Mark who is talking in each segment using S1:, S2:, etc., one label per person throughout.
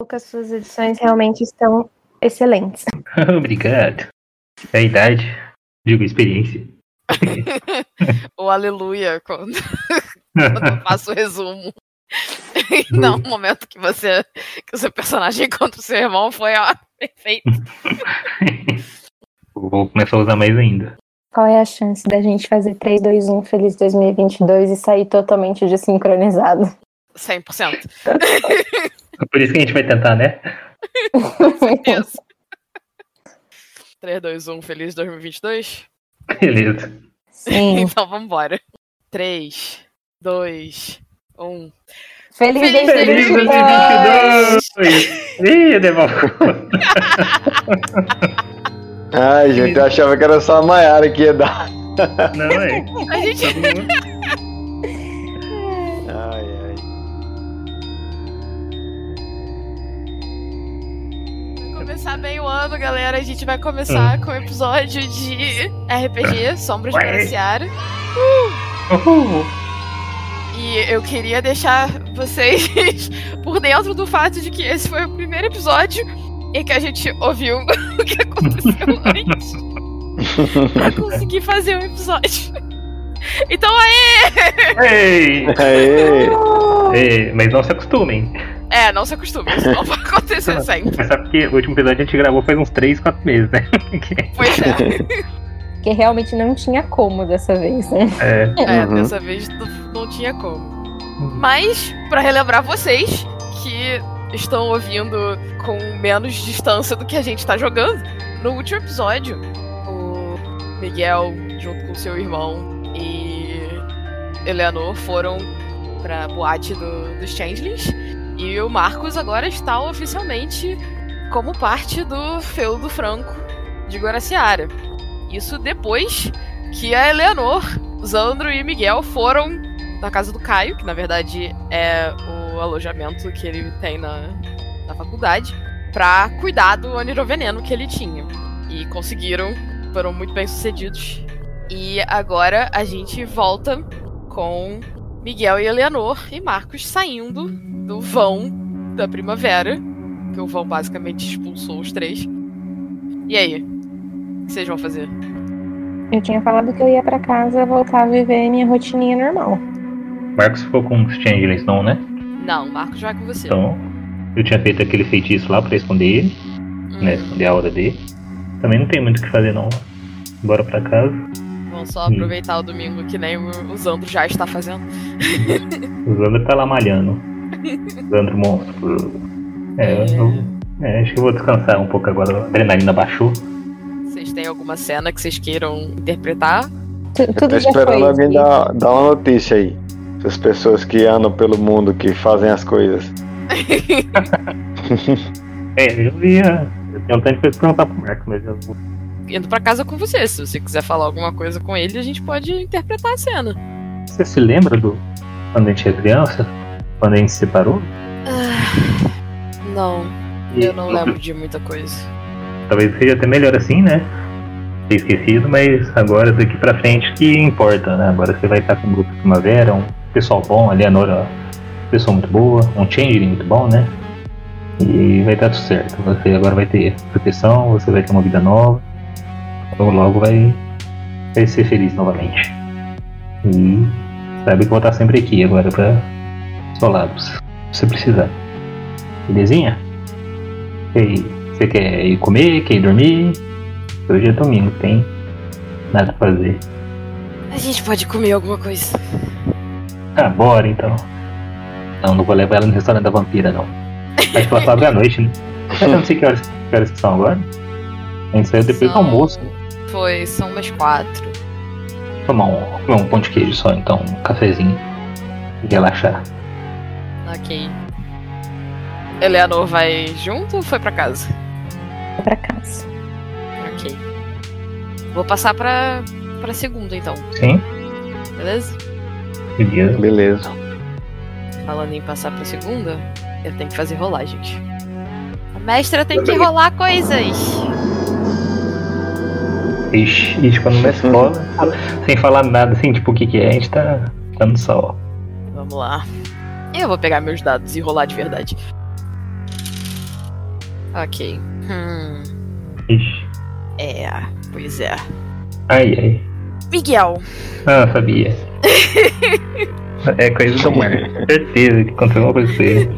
S1: Lucas, suas edições realmente estão excelentes.
S2: Obrigado. É a idade, digo a experiência.
S3: Ou aleluia, quando, quando eu faço o resumo. E não, o momento que você que o seu personagem encontra o seu irmão foi ó, perfeito.
S2: Vou começar a usar mais ainda.
S1: Qual é a chance da gente fazer 3, 2, 1 Feliz 2022 e sair totalmente desincronizado?
S3: 100%.
S2: É por isso que a gente vai tentar, né?
S3: Com certeza. 3, 2, 1, feliz 2022.
S2: Beleza.
S1: Sim.
S3: Então vambora. 3, 2, 1.
S1: Feliz
S3: Feliz
S2: Feliz
S1: 2022!
S2: 2022! Ih, Devalco!
S4: Ai, gente, eu achava que era só a Maiara que ia dar.
S2: Não, é.
S3: A gente
S2: Todo mundo
S4: Ai, ai.
S3: vai começar bem o ano, galera. A gente vai começar com o episódio de RPG Sombras do
S2: Ué.
S3: Beneficiário.
S2: Uhul.
S3: E eu queria deixar vocês por dentro do fato de que esse foi o primeiro episódio em que a gente ouviu o que aconteceu antes pra conseguir fazer o episódio. Então aí.
S2: Ei!
S4: Aê!
S2: Ei, Mas não se acostumem.
S3: É, não se acostume, isso não vai acontecer sempre.
S2: Mas sabe porque o último episódio a gente gravou faz uns 3, 4 meses, né?
S3: Pois é,
S1: Porque realmente não tinha como dessa vez, né?
S2: É.
S3: é
S4: Uhum.
S3: dessa vez não, não tinha como. Mas, pra relembrar vocês que estão ouvindo com menos distância do que a gente tá jogando, no último episódio, o Miguel, junto com seu irmão e Eleanor, foram pra boate do, dos Changelings. E o Marcos agora está oficialmente como parte do feudo franco de Guaraciara. Isso depois que a Eleanor, Zandro e Miguel foram na casa do Caio, que na verdade é o alojamento que ele tem na, na faculdade, pra cuidar do oniroveneno que ele tinha. E conseguiram, foram muito bem sucedidos. E agora a gente volta com Miguel e Eleanor e Marcos saindo do vão da primavera, que o vão basicamente expulsou os três. E aí? O que vocês vão fazer?
S1: Eu tinha falado que eu ia pra casa voltar a viver minha rotininha normal.
S2: Marcos ficou com os changelings, não, né?
S3: Não, Marcos vai com você.
S2: Então, eu tinha feito aquele feitiço lá pra esconder ele,
S3: Hum,
S2: né? Esconder a aura dele. Também não tem muito o que fazer, não. Bora pra casa.
S3: Vão só aproveitar o domingo que nem o o Zandro já está fazendo.
S2: O Zandro tá lá malhando. Zandro monstro. É, eu- é, acho que eu vou descansar um pouco agora. A adrenalina baixou.
S3: Vocês têm alguma cena que vocês queiram interpretar?
S1: Tu-
S4: Tô
S1: tudo já foi.
S4: esperando alguém
S1: dito.
S4: dar, dar uma notícia aí. Essas pessoas que andam pelo mundo, que fazem as coisas.
S2: É, eu ia. Eu tenho um tanto de coisa pra perguntar pro Marcos, mas eu vou.
S3: Indo pra casa com você, se você quiser falar alguma coisa com ele, a gente pode interpretar a cena.
S2: Você se lembra do. Quando a gente era criança? Quando a gente se separou?
S3: Ah, Não,
S2: E-
S3: eu não lembro de muita coisa.
S2: Talvez seja até melhor assim, né? Ter esquecido, mas agora daqui pra frente que importa, né? Agora você vai estar com um grupo de primavera, um pessoal bom, a Leonora, uma pessoa muito boa, um changeling muito bom, né? E vai dar tudo certo. Você agora vai ter proteção, você vai ter uma vida nova. Logo logo vai, vai ser feliz novamente. E sabe que eu vou estar sempre aqui agora pra seu lado, se você precisar. Belezinha? E aí? Você quer ir comer, quer ir dormir? Hoje é domingo, tem nada a fazer.
S3: A gente pode comer alguma coisa.
S2: Ah, bora então. Não, não vou levar ela no restaurante da vampira, não. Acho que ela só abre à noite, né? Eu não sei que horas, que horas que são agora. A gente saiu é depois do
S3: São-
S2: almoço.
S3: Foi, são umas quatro.
S2: Tomar um, comer um pão de queijo só, então, um cafezinho. E relaxar.
S3: Ok. Eleanor vai junto ou foi pra casa?
S1: Vou né? pra casa.
S3: Ok. Vou passar pra, pra segunda então,
S2: Sim?
S3: beleza?
S2: Beleza.
S4: Beleza.
S3: Falando em passar pra segunda, eu tenho que fazer rolar, gente. A mestra tem que rolar coisas.
S2: Ixi, e tipo, numa escola, sem falar nada, assim, tipo, o que que é, a gente tá, tá no sol.
S3: Vamos lá. Eu vou pegar meus dados e rolar de verdade. Ok. Hum,
S2: Ixi.
S3: é, pois é.
S2: Ai, ai.
S3: Miguel,
S2: Ah, sabia. é coisa do Marco. Certeza que aconteceu uma coisa com ele.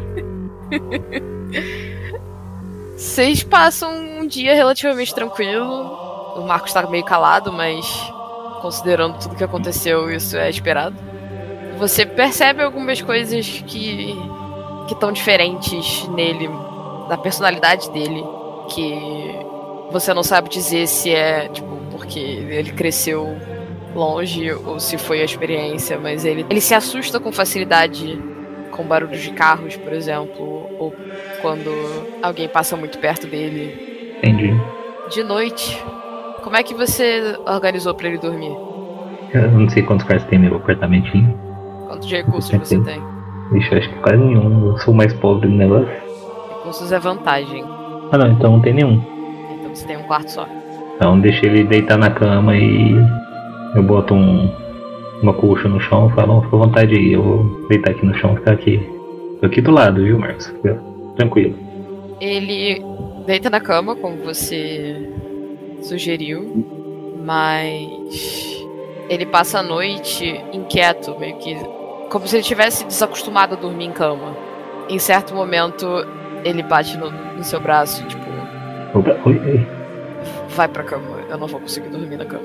S3: vocês passam um dia relativamente tranquilo. O Marcos tá meio calado, mas considerando tudo que aconteceu, isso é esperado. Você percebe algumas coisas que que estão diferentes nele, da personalidade dele, que você não sabe dizer se é, tipo, porque ele cresceu longe ou se foi a experiência, mas ele, ele se assusta com facilidade com barulhos de carros, por exemplo, ou quando alguém passa muito perto dele.
S2: Entendi.
S3: De noite, como é que você organizou pra ele dormir?
S2: Eu não sei quantos caras tem meu apartamentinho.
S3: Quantos recursos você tem?
S2: Ixi, eu acho que quase nenhum. Eu sou o mais pobre do negócio.
S3: Recursos é vantagem,
S2: Ah, não, então não tem nenhum.
S3: então você tem um quarto só.
S2: Então deixa ele deitar na cama e eu boto um, uma colcha no chão e falo, "Ó, fica à vontade aí, eu vou deitar aqui no chão, ficar aqui. Tô aqui do lado, viu, Marcos? Fica Tranquilo.
S3: Ele deita na cama, como você sugeriu, mas ele passa a noite inquieto, meio que como se ele tivesse desacostumado a dormir em cama. Em certo momento, ele bate no, no seu braço, tipo,
S2: Opa, oi, oi.
S3: vai pra cama, eu não vou conseguir dormir na cama.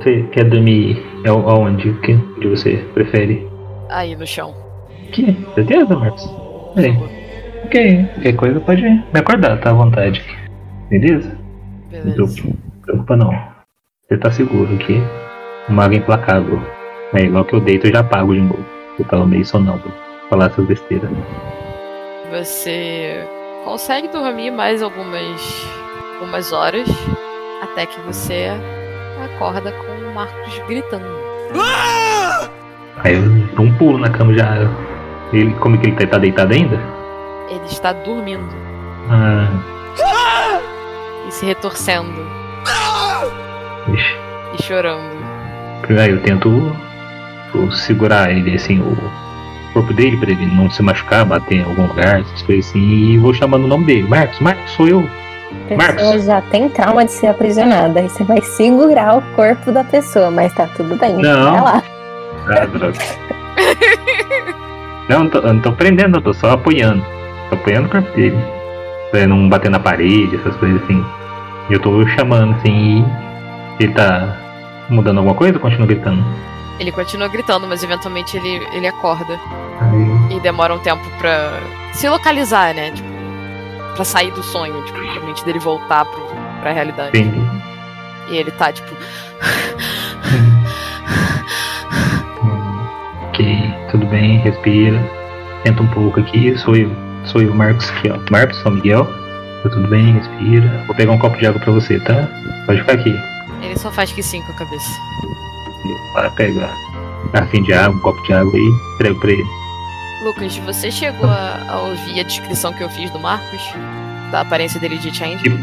S2: Você quer dormir a- aonde? O que onde você prefere?
S3: Aí no chão.
S2: Aqui, certeza, Marcos? Peraí. Ok, qualquer coisa pode me acordar, tá à vontade. Beleza? Não
S3: Beleza.
S2: se preocupa não. Você tá seguro aqui. O mago é implacável. Aí logo que eu deito eu já apago de novo. Eu tava meio sonâmbulo. Falar essas besteiras.
S3: Você consegue dormir mais algumas, algumas horas até que você acorda com o Marcos gritando.
S2: Aí eu dou um pulo na cama já. Ele, como que ele tá, tá deitado ainda?
S3: Ele está dormindo
S2: Ah,
S3: e se retorcendo
S2: ixi.
S3: e chorando.
S2: Aí eu tento tipo, segurar ele, assim, o corpo dele pra ele não se machucar, bater em algum lugar, essas coisas assim, e vou chamando o nome dele. Marcos, Marcos, sou eu.
S1: A pessoa
S2: Marcos.
S1: já tem trauma de ser aprisionada. Aí você vai segurar o corpo da pessoa, mas tá tudo bem.
S2: Não.
S1: Vai lá.
S2: Ah, droga. não, não tô, eu não tô prendendo, eu tô só apoiando. Tô apoiando o corpo dele. Pra ele não bater na parede, essas coisas assim. E eu tô chamando assim e ele tá mudando alguma coisa ou continua gritando?
S3: Ele continua gritando, mas eventualmente ele, ele acorda
S2: Aí,
S3: e demora um tempo pra se localizar, né? Tipo, pra sair do sonho, tipo, pra mente dele voltar pro, pra realidade.
S2: entendi.
S3: E ele tá, tipo,
S2: Hum, ok, tudo bem, respira. Tenta um pouco aqui, sou eu. Sou eu, Marcos aqui, ó. Marcos, São Miguel. Tá tudo bem, respira. Vou pegar um copo de água pra você, tá? Pode ficar aqui.
S3: ele só faz que sim com a cabeça.
S2: Para pegar garfinho de água, um copo de água e entrego pra ele.
S3: Lucas, você chegou a, a ouvir a descrição que eu fiz do Marcos? Da aparência dele de Change?
S2: Tipo,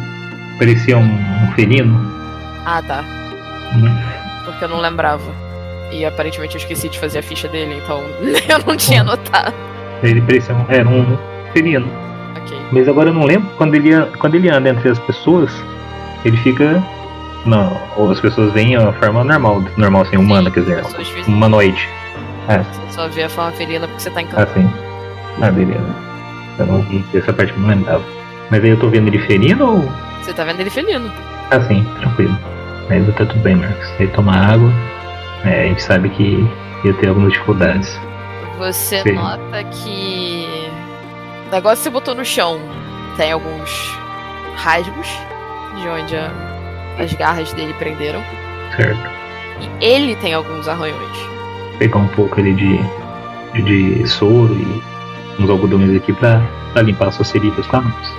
S2: Parecia um, um felino.
S3: Ah, tá.
S2: né?
S3: Porque eu não lembrava. E aparentemente eu esqueci de fazer a ficha dele, então eu não tinha notado.
S2: Ele parecia um, era um felino.
S3: Ok.
S2: Mas agora eu não lembro quando ele, an- quando ele anda entre as pessoas, ele fica. Não, ou as pessoas veem a forma normal, normal assim, humana, quer dizer,
S3: Pessoas físicas,
S2: humanoide.
S3: Você só vê a forma felina porque você tá em
S2: Ah,
S3: campo.
S2: sim. Ah, beleza. Eu não vi, essa parte eu não lembrava. Mas aí eu tô vendo ele felino ou.
S3: Você tá vendo ele felino.
S2: Ah, sim, tranquilo. Mas tá tudo bem, Marcos. Ele toma água. É, a gente sabe que ia ter algumas dificuldades.
S3: Você
S2: Sim.
S3: nota que. O negócio que você botou no chão tem alguns rasgos de onde a- as garras dele prenderam.
S2: Certo.
S3: E ele tem alguns arranhões.
S2: Pegar um pouco ali de, de, de soro e uns algodões aqui pra, pra limpar suas feridas, tá, Marcos?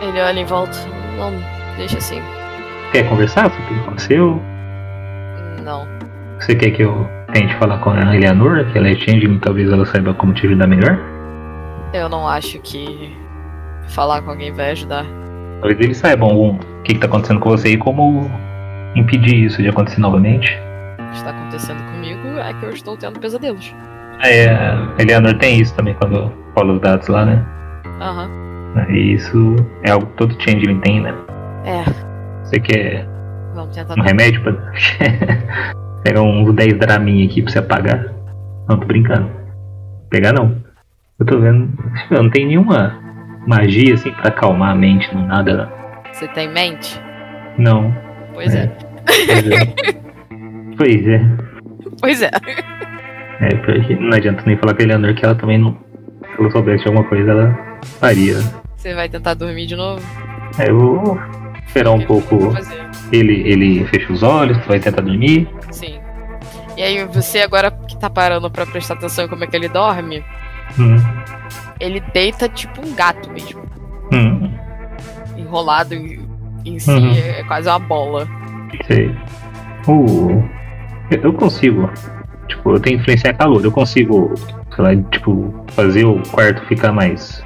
S3: Ele olha em volta. Não, deixa assim.
S2: Quer conversar sobre o que aconteceu?
S3: Não.
S2: Você quer que eu tente falar com a Eleanor, que ela é changeling, talvez ela saiba como te ajudar melhor?
S3: Eu não acho que falar com alguém vai ajudar.
S2: Talvez eles saibam o que, que tá acontecendo com você e como impedir isso de acontecer novamente.
S3: O que está acontecendo comigo é que eu estou tendo pesadelos.
S2: É, a Eleanor tem isso também quando rola os dados lá, né?
S3: Aham.
S2: E isso é algo que todo changeling tem, né?
S3: É,
S2: Você quer
S3: vamos tentar.
S2: um remédio pra. Pegar uns 10 draminha aqui pra você apagar. Não, tô brincando. Pegar não. Eu tô vendo. Eu não tem nenhuma magia assim pra acalmar a mente, não nada.
S3: Você tem em mente?
S2: Não.
S3: Pois é.
S2: Uhum. Pois é. pois é.
S3: Pois é.
S2: É, porque não adianta nem falar com a Eleanor que ela também não. Se ela soubesse de alguma coisa, ela faria. né?
S3: Você vai tentar dormir de novo?
S2: É, eu vou esperar um
S3: O que você
S2: pouco.
S3: vai fazer?
S2: Ele, ele fecha os olhos, vai tentar dormir.
S3: Sim. E aí, você agora que tá parando pra prestar atenção em como é que ele dorme,
S2: Hum,
S3: ele deita tipo um gato mesmo.
S2: hum,
S3: Enrolado em, em si,
S2: Uhum.
S3: é quase uma bola.
S2: sei. Uh, eu- eu consigo. Tipo, eu tenho que influenciar calor. Eu consigo, sei lá, tipo, fazer o quarto ficar mais,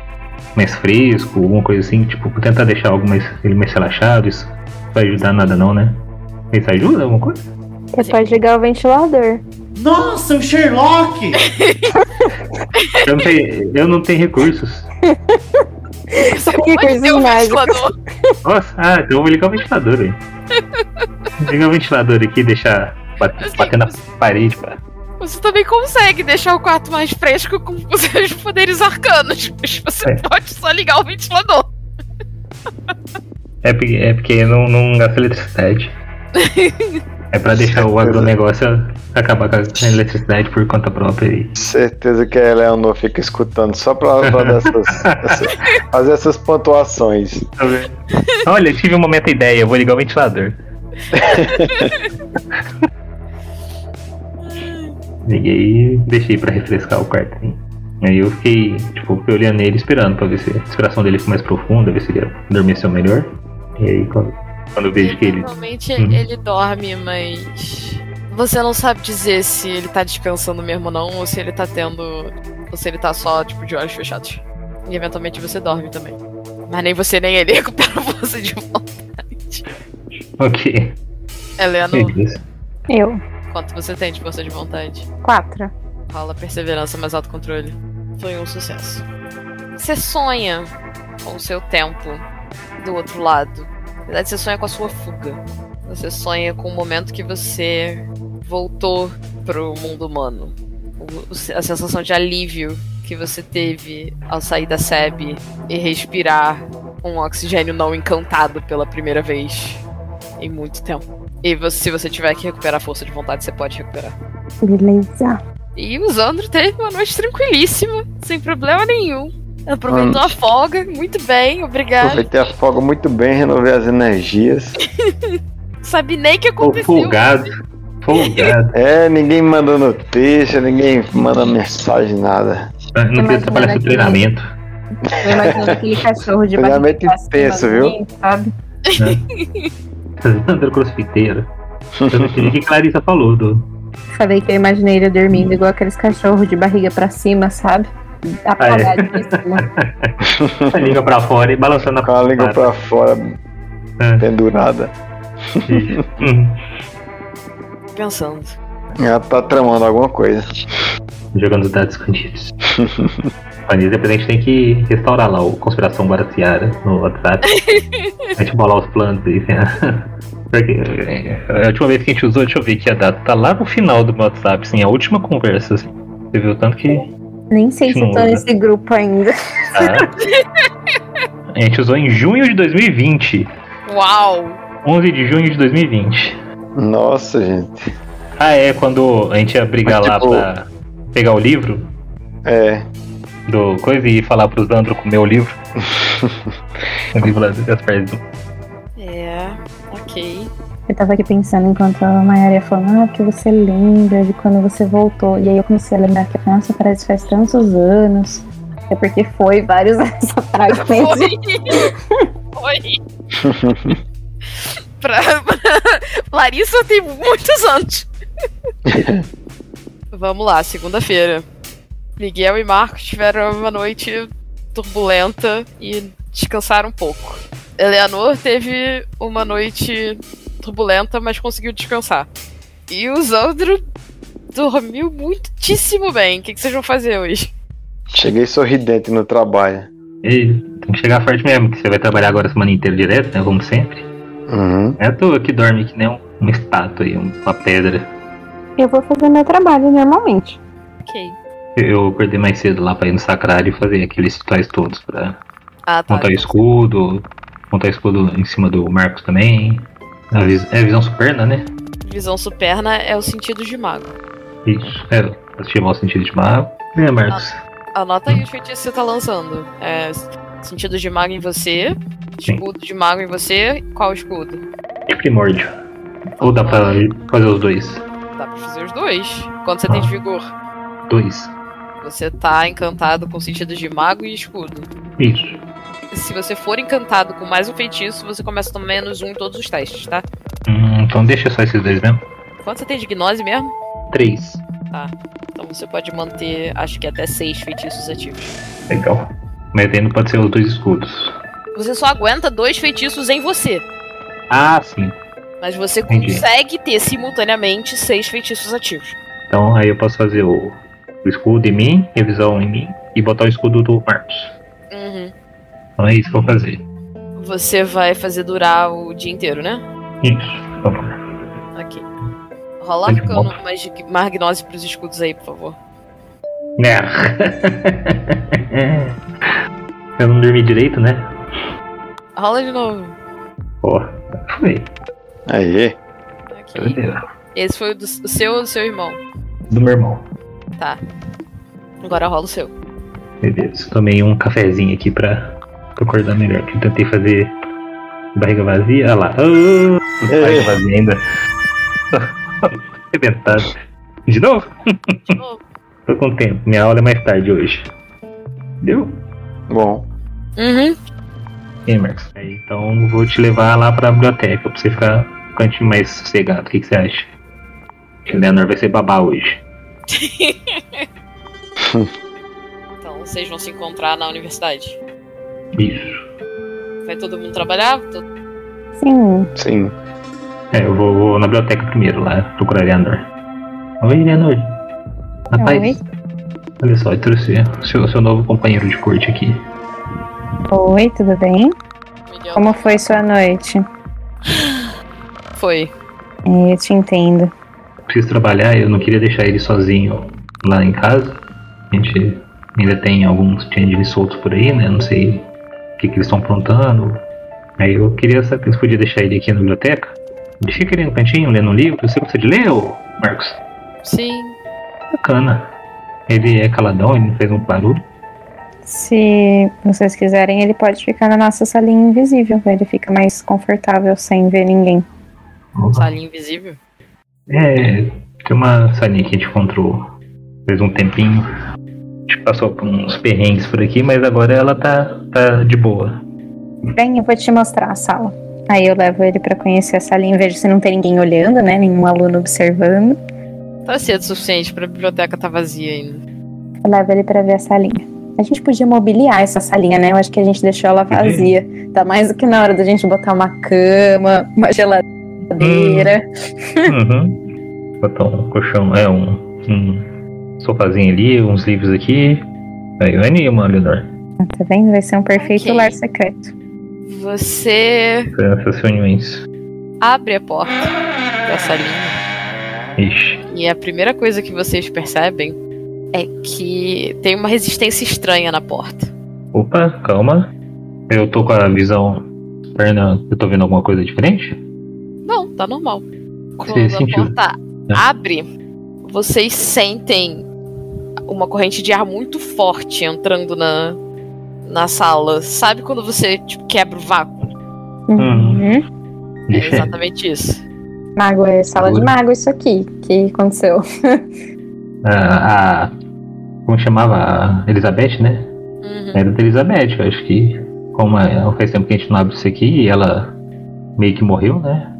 S2: mais fresco, alguma coisa assim. Tipo, tentar deixar algo mais, ele mais relaxado. Isso não vai ajudar nada, não, né? Isso ajuda alguma coisa?
S1: Você pode ligar o ventilador.
S5: Nossa, o Sherlock!
S2: Eu não tenho, eu não tenho recursos.
S3: Você
S1: Olha que
S3: pode ter
S1: coisa
S3: um
S1: mágica.
S3: ventilador.
S2: Nossa, ah, então eu vou ligar o ventilador aí. Vou ligar o ventilador aqui e deixar bat-
S3: Assim,
S2: batendo
S3: você-
S2: a parede, pá.
S3: Você também consegue deixar o quarto mais fresco com os seus poderes arcanos. Mas Você
S2: É.
S3: pode só ligar o ventilador.
S2: É porque, é porque não, não gasta eletricidade. É pra deixar o
S4: Certeza.
S2: agronegócio acabar com a eletricidade por conta própria aí.
S4: Certeza que a Eleanor fica escutando só pra, pra dar essas- essas- fazer essas pontuações.
S2: Tá vendo? Olha, eu tive uma meta ideia, eu vou ligar o ventilador. Liguei e deixei pra refrescar o quarto. hein? Aí eu fiquei, tipo, olhando nele esperando pra ver se a respiração dele ficou mais profunda, ver se ele adormeceu melhor. E aí quando, quando eu vejo que ele.
S3: Normalmente
S2: Uhum.
S3: ele dorme, mas. Você não sabe dizer se ele tá descansando mesmo ou não, ou se ele tá tendo. Ou se ele tá só, tipo, de olhos fechados. E eventualmente você dorme também. Mas nem você nem ele recupera você de volta.
S2: Ok.
S3: Heleno,
S2: Beleza.
S1: Eu.
S3: quanto você tem de força de vontade?
S1: Quatro.
S3: Rola perseverança mais autocontrole. Foi um sucesso. Você sonha com o seu tempo do outro lado. Na verdade, você sonha com a sua fuga. Você sonha com o momento que você voltou pro mundo humano. O- o se- a sensação de alívio que você teve ao sair da SEB e respirar um oxigênio não encantado pela primeira vez em muito tempo. E você- se você tiver que recuperar a força de vontade, você pode recuperar.
S1: Beleza.
S3: E o Zandro teve uma noite tranquilíssima, sem problema nenhum. Aproveitou a folga, muito bem,
S1: É.
S3: obrigado.
S4: Aproveitei a folga muito bem, renovei as energias.
S3: Sabe nem o que
S2: Pô,
S3: aconteceu.
S2: folgado. Folgado.
S4: É, ninguém manda notícia, ninguém manda mensagem, nada.
S2: Ah, Não queria
S1: imaginando
S2: trabalhar seu
S1: aqui.
S2: treinamento.
S1: Eu imagino aquele cachorro de barriga
S4: Treinamento
S1: pra cima,
S4: intenso, viu?
S1: assim, Sabe?
S2: Andando crossfiteiro. Eu não sei o que Clarissa falou do,
S1: Falei que eu imaginei ele dormindo igual aqueles cachorros de barriga pra cima, sabe? Apagadíssimo.
S2: A língua pra fora e balançando a Ah,
S4: Com a língua pra fora, pendurada.
S2: Hum,
S3: Pensando.
S4: Ela tá tramando alguma coisa.
S2: Jogando dados escondidos. Fanny, depois a gente tem que restaurar lá o Conspiração Guaraciara no WhatsApp. A gente bolar os planos aí. né? Porque, é, a última vez que a gente usou, deixa eu ver aqui a data. Tá lá no final do meu WhatsApp, assim, a última conversa. assim. Você viu o tanto que.
S1: Nem sei se eu tô
S2: Sim.
S1: nesse grupo ainda.
S2: tá? A gente usou em junho de 2020.
S3: Uau!
S2: 11 de junho de 2020.
S4: Nossa, gente.
S2: Ah, é, quando a gente ia brigar
S4: Mas,
S2: lá
S4: tipo-
S2: pra pegar o livro
S4: É.
S2: do coisa e falar pro Zandro comer o livro. o livro lá do Gasparzinho.
S3: É, ok.
S1: Eu tava aqui pensando enquanto a Mayara ia falando, ah, porque você lembra de quando você voltou. E aí eu comecei a lembrar que, nossa, parece que faz tantos anos. É porque foi vários anos atrás mesmo.
S3: Foi! Foi! pra, pra- Larissa tem muitos anos. Vamos lá, segunda-feira. Miguel e Marcos tiveram uma noite turbulenta e descansaram um pouco. Eleanor teve uma noite turbulenta, mas conseguiu descansar. E o Zandro dormiu muitíssimo bem. O que, que vocês vão fazer hoje?
S4: Cheguei sorridente no trabalho.
S2: E tem que chegar forte mesmo, que você vai trabalhar agora a semana inteira direto, né? Como sempre.
S4: Uhum.
S2: Não é à toa que dorme que nem um- uma estátua aí, um- uma pedra.
S1: Eu vou fazer meu trabalho normalmente.
S3: Ok.
S2: Eu acordei mais cedo lá pra ir no sacrário e fazer aqueles rituais todos pra
S3: Ah, tá.
S2: montar o escudo, montar o escudo em cima do Marcos também. A vis- é a visão superna, né?
S3: Visão superna é o sentido de mago.
S2: Isso, é, assistir mal sentido de mago. É, Marcos.
S3: Anota aí o feitiço que você tá lançando. É sentido de mago em você,
S2: Sim.
S3: escudo de mago em você, qual escudo?
S2: E primórdio. Ou dá pra fazer os dois?
S3: Dá pra fazer os dois. Quando você tem
S2: Ah.
S3: de vigor?
S2: Dois.
S3: Você tá encantado com sentido de mago e escudo.
S2: Isso.
S3: Se você for encantado com mais um feitiço, você começa a tomar menos um em todos os testes, tá?
S2: Hum, então deixa só esses dois mesmo.
S3: Quanto você tem de gnose mesmo?
S2: Três.
S3: Então você pode manter, acho que até seis feitiços ativos.
S2: Legal. Mas ainda pode ser os dois escudos.
S3: Você só aguenta dois feitiços em você,
S2: Ah, sim.
S3: mas você
S2: Entendi.
S3: consegue ter simultaneamente seis feitiços ativos.
S2: Então aí eu posso fazer o, o escudo em mim, revisão em mim e botar o escudo do Marcos.
S3: Uhum.
S2: Então é isso que eu vou fazer.
S3: Você vai fazer durar o dia inteiro, né?
S2: Isso. Por favor.
S3: Aqui. Rola
S2: Pode
S3: arcano,
S2: botar.
S3: mais, de- mais gnose pros escudos aí, por favor.
S2: Né. eu não dormi direito, né?
S3: Rola de novo.
S2: Pô, foi.
S4: Aí.
S3: Aqui. Esse foi o do o seu ou do seu irmão? Tá.
S2: Do meu irmão.
S3: Agora rola o seu.
S2: Beleza, tomei um cafezinho aqui pra, pra acordar melhor. Que eu tentei fazer barriga vazia. Olha lá. Ah,
S4: É.
S2: barriga vazia ainda. Arrebentado. De novo?
S3: De novo.
S2: Tô com tempo. Minha aula é mais tarde hoje. Deu?
S4: Bom.
S3: Uhum.
S2: Ei, Marcos. Aí, Então vou te levar lá pra biblioteca pra você ficar um cantinho mais sossegado. O que, que você acha? Que o Leonor vai ser babá hoje.
S3: Então vocês vão se encontrar na universidade.
S2: Isso.
S3: Vai todo mundo trabalhar? To-
S1: Sim,
S4: Sim.
S2: É, eu vou, vou na biblioteca primeiro lá, procurar Leonor. Oi, Leonor. Rapaz.
S1: Oi.
S2: Olha só, eu trouxe seu, seu novo companheiro de corte aqui.
S1: oi, tudo bem?
S3: Miguel.
S1: Como foi sua noite?
S3: Foi.
S1: É, Eu te entendo.
S2: Preciso trabalhar, eu não queria deixar ele sozinho lá em casa. A gente ainda tem alguns changelings soltos por aí, né? Não sei o que, que eles estão aprontando. Aí eu queria saber se podia deixar ele aqui na biblioteca. Ele fica ali no cantinho, lendo um livro. Você gosta de ler, ô Marcos?
S3: Sim.
S2: Bacana. Ele é caladão, ele não fez muito barulho.
S1: Se vocês quiserem, ele pode ficar na nossa salinha invisível. Ele fica mais confortável sem ver ninguém.
S3: Salinha invisível.
S2: É, tem uma salinha que a gente encontrou fez um tempinho. A gente passou por uns perrengues por aqui, mas agora ela tá, tá de boa.
S1: Bem, eu vou te mostrar a sala. Aí eu levo ele pra conhecer a salinha, vejo se não tem ninguém olhando, né? Nenhum aluno observando.
S3: Tá cedo o suficiente pra biblioteca tá vazia ainda.
S1: Eu levo ele pra ver a salinha. A gente podia mobiliar essa salinha, né? Eu acho que a gente deixou ela vazia. Tá mais do que na hora da gente botar uma cama, uma geladeira.
S2: Uhum. Botar um colchão, é, um, um sofazinho ali, uns livros aqui. Aí eu animo, Leonor.
S1: Tá vendo? Vai ser um perfeito
S3: Ok.
S1: lar secreto.
S3: Você
S2: Crianças sonhões.
S3: abre a porta da salinha
S2: Ixi.
S3: e a primeira coisa que vocês percebem é que tem uma resistência estranha na porta.
S2: Opa, calma. Eu tô com a visão perna. Eu tô vendo alguma coisa diferente?
S3: Não, tá normal.
S2: Você
S3: Quando
S2: sentiu? Tá.
S3: a porta abre, vocês sentem uma corrente de ar muito forte entrando na, na sala. Sabe quando você tipo, quebra o vácuo?
S2: Uhum.
S1: Uhum.
S3: É
S2: Ixi.
S3: exatamente isso.
S1: Mago, é sala de
S2: Agora.
S1: mago isso aqui. que aconteceu?
S2: a, a- Ah, como chamava? A Elizabeth, né?
S3: Uhum.
S2: Era da Elizabeth, eu acho que. Como é, faz tempo que a gente não abre isso aqui e ela meio que morreu, né?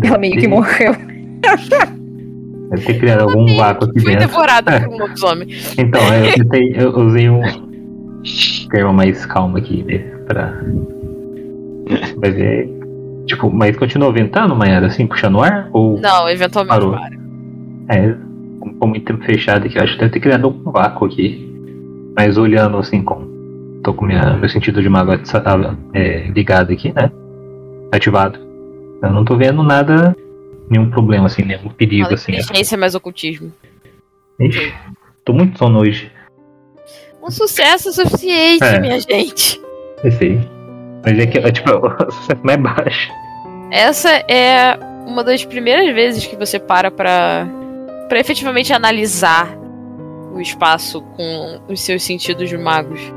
S1: Ela meio que
S2: Deve-
S1: morreu.
S2: Deve ter criado algum
S3: meio
S2: É, um vácuo aqui
S3: Foi
S2: dentro. É.
S3: devorada por um lobisomem.
S2: Então, eu, tentei, eu usei um termo mais calmo aqui, né? Pra. Mas é. Tipo, mas continuou ventando, Mayara, assim, puxando o ar? Ou.
S3: Não, eventualmente
S2: Parou.
S3: para.
S2: É, como um ficou muito tempo fechado aqui, eu acho que deve ter criado algum vácuo aqui. Mas olhando assim, com tô com minha, meu sentido de mago atsa- ah, é, ligado aqui, né? Ativado. Eu não tô vendo nada, nenhum problema, assim, nenhum perigo,
S3: Fala
S2: assim.
S3: que inteligência é mais ocultismo.
S2: Ixi, tô muito sono hoje.
S3: Um sucesso suficiente,
S2: É.
S3: minha gente.
S2: Esse aí. Mas é que, é, tipo, o sucesso mais baixo.
S3: Essa é uma das primeiras vezes que você para pra, pra efetivamente analisar o espaço com os seus sentidos de magos.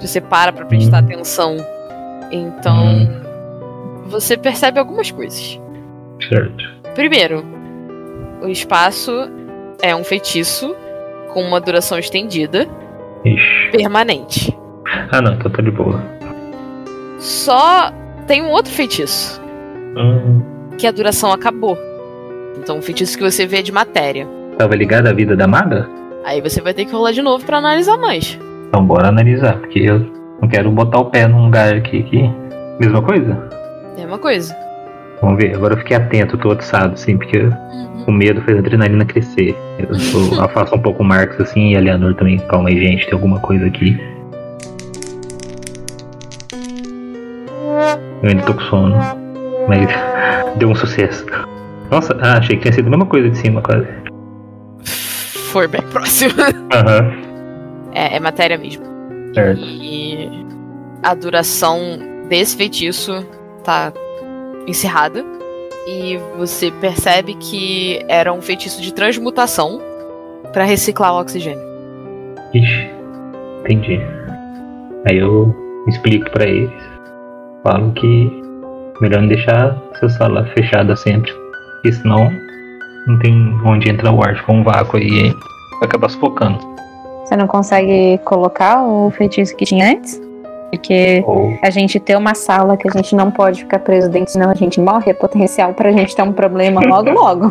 S3: Você para pra prestar atenção. Então, você percebe algumas coisas.
S2: Certo.
S3: Primeiro, o espaço é um feitiço com uma duração estendida,
S2: Ixi.
S3: permanente.
S2: Ah, não, então tá de boa.
S3: Só tem um outro feitiço,
S2: Hum,
S3: que a duração acabou. Então, o feitiço que você vê é de matéria.
S2: tava ligado à vida da maga?
S3: Aí você vai ter que rolar de novo pra analisar mais.
S2: Então bora analisar, porque eu não quero botar o pé num lugar aqui que. Mesma coisa?
S3: Mesma É coisa.
S2: Vamos ver, agora eu fiquei atento, eu tô atiçado, assim, porque o medo fez a adrenalina crescer. Eu, eu afasto um pouco o Marcos assim e a Leonor também. Calma aí, gente, tem alguma coisa aqui. Eu ainda tô com sono. Mas deu um sucesso. Nossa, ah, achei que tinha sido a mesma coisa de cima, quase.
S3: Foi bem próximo.
S2: Aham,
S3: É, é matéria mesmo.
S2: certo.
S3: E a duração desse feitiço tá encerrada. E você percebe que era um feitiço de transmutação pra reciclar o oxigênio.
S2: Ixi, entendi. Aí eu explico pra eles. Falo que melhor não deixar essa sala fechada sempre, porque senão não tem onde entrar o ar, fica um vácuo aí e vai acabar sufocando.
S1: Você não consegue colocar o feitiço que tinha antes? Porque
S2: Ou
S1: a gente ter uma sala que a gente não pode ficar preso dentro, senão a gente morre, é potencial pra gente ter um problema logo logo.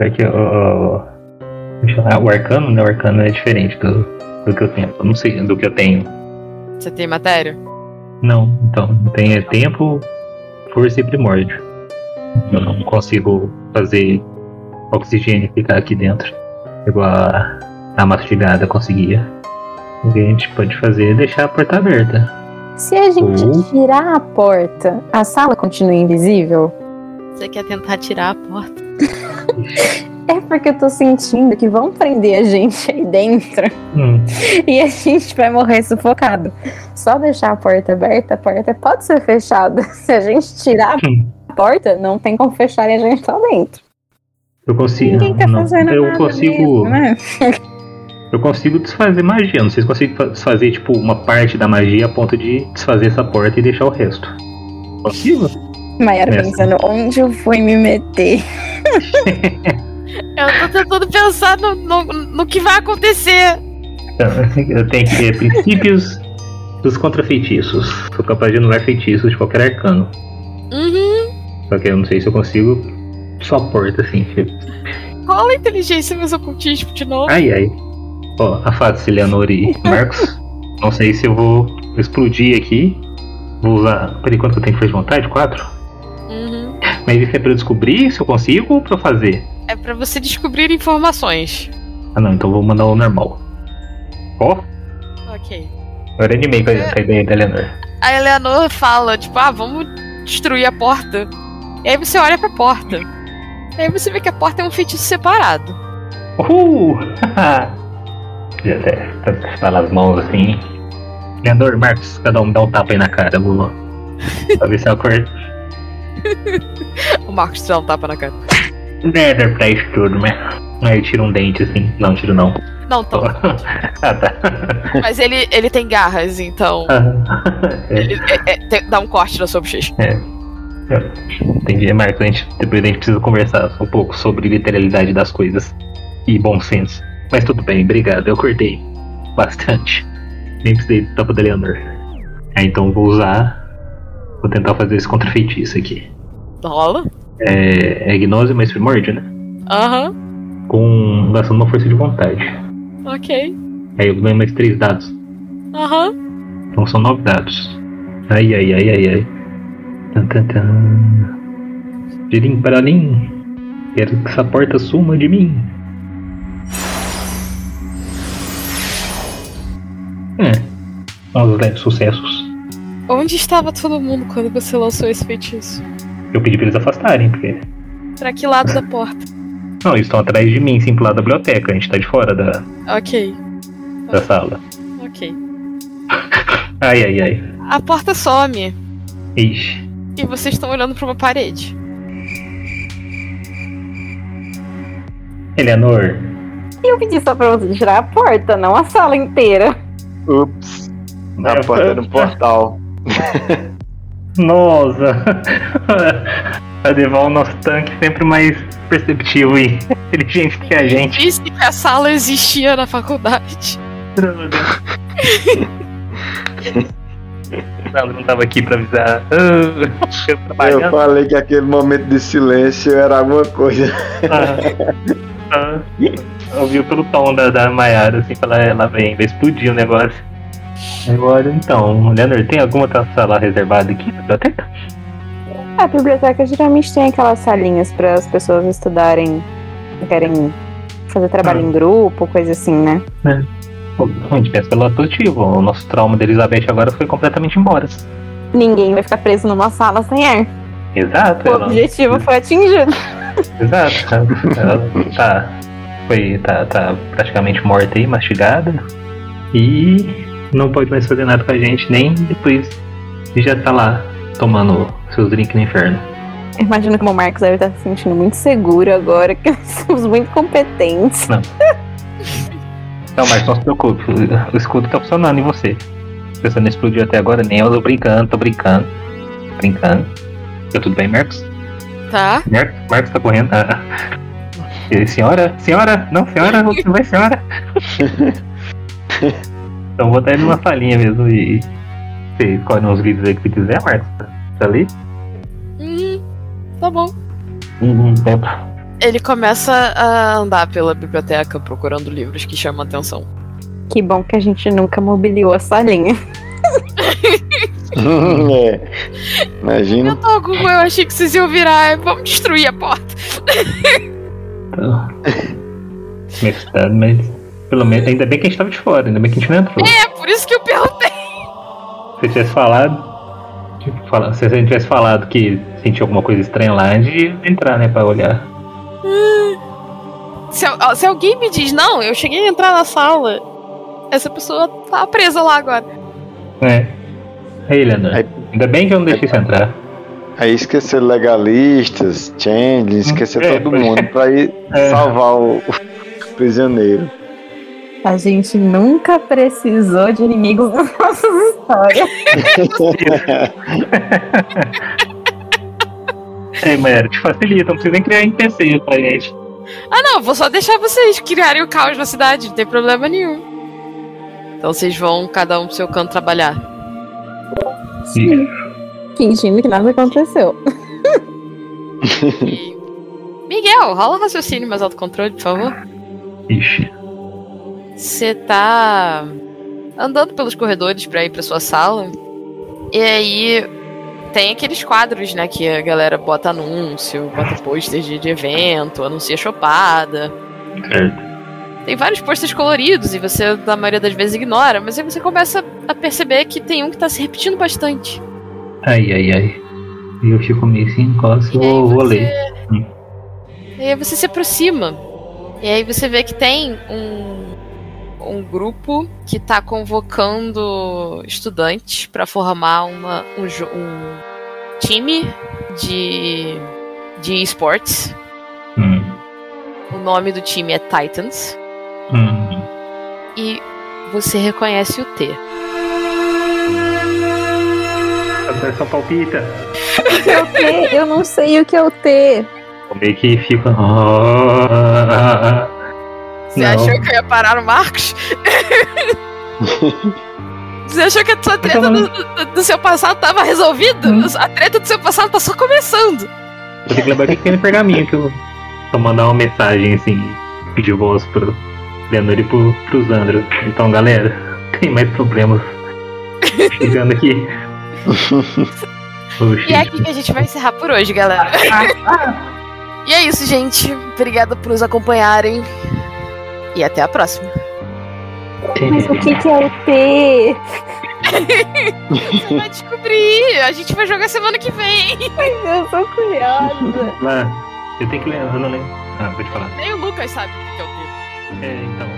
S2: é que ó, ó, deixa eu- ah, o arcano, né? O arcano é diferente do, do que eu tenho. Eu não sei do que eu tenho.
S3: Você tem matéria?
S2: Não, então, tem é tempo, força e primórdio. Eu não consigo fazer oxigênio ficar aqui dentro. Igual a, a mastigada conseguia. O que a gente pode fazer é deixar a porta aberta.
S1: Se a gente
S2: Uhum.
S1: tirar a porta, a sala continua invisível?
S3: Você quer tentar tirar a porta?
S1: É porque eu tô sentindo que vão prender a gente aí dentro
S2: Hum,
S1: e a gente vai morrer sufocado. Só deixar a porta aberta, a porta pode ser fechada. Se a gente tirar
S2: Hum.
S1: a porta, não tem como fechar e a gente tá dentro.
S2: eu consigo.
S1: Ninguém tá
S2: não,
S1: fazendo
S2: eu
S1: nada
S2: consigo.
S1: mesmo, né?
S2: Eu consigo desfazer magia. Não sei se consigo fa- desfazer, tipo, uma parte da magia a ponto de desfazer essa porta e deixar o resto. Consigo?
S1: Mayara
S2: Nessa.
S1: pensando, tá onde eu fui me meter?
S3: Eu tô tentando pensar no, no, no que vai acontecer.
S2: Eu tenho que ter princípios dos contrafeitiços. Sou capaz de anular feitiços de qualquer arcano.
S3: Uhum.
S2: Só que eu não sei se eu consigo só a porta assim. tipo,
S3: Rola a inteligência mais ocultismo tipo de novo.
S2: Ai ai. Ó, afasta-se Leonor e Marcos. Não sei se eu vou explodir aqui. Vou usar. Por enquanto que eu tenho força de vontade? Quatro?
S3: Uhum.
S2: Mas isso é pra eu descobrir se eu consigo ou pra eu fazer?
S3: É pra você descobrir informações.
S2: Ah não, então eu vou mandar o normal. Ó,
S3: Ok.
S2: agora eu animei com a com a ideia da Leonor.
S3: A Eleanor fala, tipo, ah, vamos destruir a porta. E aí você olha pra porta. E aí você vê que a porta é um feitiço separado.
S2: Uhul! Já até fala as mãos assim. Leandor, Marcos, cada um dá um tapa aí na cara, vou. Pra ver se é eu acordo.
S3: O Marcos dá um tapa na cara.
S2: Leandor pra isso tudo, né? Aí eu tiro um dente assim. Não, tiro não.
S3: Não, então.
S2: ah, tá.
S3: Mas ele, ele tem garras, então.
S2: é,
S3: Ele, é- é- tem- dá um corte na sua bochecha.
S2: entendi, Marcos. A gente, depois a gente precisa conversar um pouco sobre literalidade das coisas e bom senso. Mas tudo bem, obrigado. Eu cortei bastante. Nem precisei do tapa da Leandor. É, então vou usar. Vou tentar fazer esse contrafeitiço aqui.
S3: um Rola.
S2: É, é gnose, mas primórdio, né?
S3: Aham.
S2: Com gastando uma força de vontade.
S3: Ok.
S2: Aí eu ganho mais três dados.
S3: Aham.
S2: Então são nove dados. Ai, ai, ai, ai, ai. Tan, tan, tan. Tirim para mim. Quero que essa porta suma de mim. É. uns leves sucessos.
S3: Onde estava todo mundo quando você lançou esse feitiço?
S2: Eu pedi pra eles afastarem, porque.
S3: Pra que lado da porta?
S2: Não, eles estão atrás de mim, sim, pro lado da biblioteca. A gente tá de fora da,
S3: Ok,
S2: da sala.
S3: ok.
S2: Ai, ai, ai.
S3: A porta some
S2: Ixi.
S3: e vocês estão olhando pra uma parede.
S2: Eleanor,
S1: Eu pedi só pra você tirar a porta, não a sala inteira.
S4: Ups, na
S2: É,
S4: um porta do portal.
S2: Nossa! A Deval, nosso tanque, sempre mais perceptivo e inteligente que a gente.
S3: Disse que a sala existia na faculdade.
S2: Ela não tava aqui pra avisar. Ah, Eu
S4: Eu
S2: trabalhando.
S4: falei que aquele momento de silêncio era alguma coisa.
S2: Ah, ah. Ouviu pelo tom da, da Mayara, assim, falar, ela vem, vai explodir o negócio. Agora, então, Leonor, tem alguma outra sala reservada aqui na biblioteca?
S1: A biblioteca geralmente tem aquelas salinhas para as pessoas estudarem, que querem fazer trabalho
S2: Ah.
S1: em grupo, coisa assim, né?
S2: Pô, A gente pensa pelo atuativo. O nosso trauma da Elizabeth agora foi completamente embora.
S1: Ninguém vai ficar preso numa sala sem ar.
S2: Exato.
S1: O
S2: ela-
S1: objetivo foi atingido.
S2: Exato. Ela tá, foi, tá, tá praticamente morta aí, mastigada. E não pode mais fazer nada com a gente, nem depois de já tá lá tomando seus drinks no inferno.
S1: Eu imagino que o Marcos deve estar se sentindo muito seguro agora, que nós somos muito competentes.
S2: Não, mas não se preocupe, o escudo tá funcionando em você. Você não explodiu até agora, nem eu tô brincando, tô brincando. Tô brincando. Tá tudo bem, Marcos?
S3: Tá?
S2: Marcos, Marcos tá correndo. Ah. Eh, Senhora? Senhora? Não, senhora? Você vai, senhora? então vou botar ele numa salinha mesmo e. Você escolhe uns livros aí que você quiser, Marcos. Tá ali?
S3: Hum, tá bom.
S2: Uhum, tempo.
S3: Ele começa a andar pela biblioteca procurando livros que chamam a atenção.
S1: Que bom que a gente nunca mobiliou a salinha.
S4: É.
S3: Eu
S4: Imagina.
S3: tô com eu achei que vocês iam virar. Vamos destruir a porta.
S2: Mestrado, Tá. mas. Pelo menos. Ainda bem que a gente tava de fora, ainda bem que a gente não entrou.
S3: É por isso que eu perguntei.
S2: Se eu tivesse falado. tipo, fala- Se a gente tivesse falado que sentia alguma coisa estranha lá, a gente ia entrar, né, pra olhar.
S3: Se, al- ó, se alguém me diz, não, eu cheguei a entrar na sala, essa pessoa tá presa lá agora.
S2: É. Aí, Leandro.
S4: Aí-
S2: Ainda bem que eu não deixei você entrar.
S4: Aí esquecer legalistas, change, esquecer
S2: É,
S4: todo
S2: pois é.
S4: mundo pra ir
S2: É.
S4: salvar o, o prisioneiro.
S1: A gente nunca precisou de inimigos nas nossas histórias.
S2: É, Mayara, te facilita, não precisa nem criar NPC pra gente.
S3: Ah, não, vou só deixar vocês criarem o caos na cidade, não tem problema nenhum. Então vocês vão, cada um pro seu canto, trabalhar.
S1: Fingindo que nada aconteceu.
S3: E- Miguel, rola o raciocínio mais autocontrole, por favor.
S2: Ixi.
S3: Você tá andando pelos corredores pra ir pra sua sala. E aí tem aqueles quadros, né, que a galera bota anúncio, bota pôster de, de evento, anuncia chopada.
S2: Certo.
S3: Tem vários posters coloridos e você, na maioria das vezes, ignora, mas aí você começa a perceber que tem um que tá se repetindo bastante.
S2: Ai, ai, ai. E eu fico meio assim, quase
S3: E
S2: eu
S3: aí
S2: vou, vou
S3: você-
S2: ler. Hum.
S3: E aí você se aproxima. E aí você vê que tem um, um grupo que tá convocando estudantes para formar uma, um, jo- um time de, de esportes.
S2: Hum,
S3: O nome do time é Titans.
S2: hum.
S3: E você reconhece o T.
S2: Agora só palpita.
S1: Eu não sei o que é o T.
S2: Eu meio que fico. Ah,
S3: Você
S2: Não.
S3: achou que eu ia parar o Marcos? Você achou que a sua treta do, do- do seu passado tava resolvida? A treta do seu passado tá só começando.
S2: Vou ter que lembrar o que que tem no pergaminho que eu vou mandar uma mensagem assim de voz pro Leandro e pro, pro Zandro. Então galera, tem mais problemas chegando aqui. Oxi.
S3: E é aqui que a gente vai encerrar por hoje, galera. e é isso, gente. Obrigada por nos acompanharem. E até a próxima.
S1: Mas o que que é o T?
S3: Você vai descobrir. A gente vai jogar semana que vem.
S1: Eu sou curiosa.
S2: Lá, eu tenho que lembrar, eu não lembro. Ah, pode falar.
S3: Nem o Lucas sabe o que é o quê.
S2: É, então.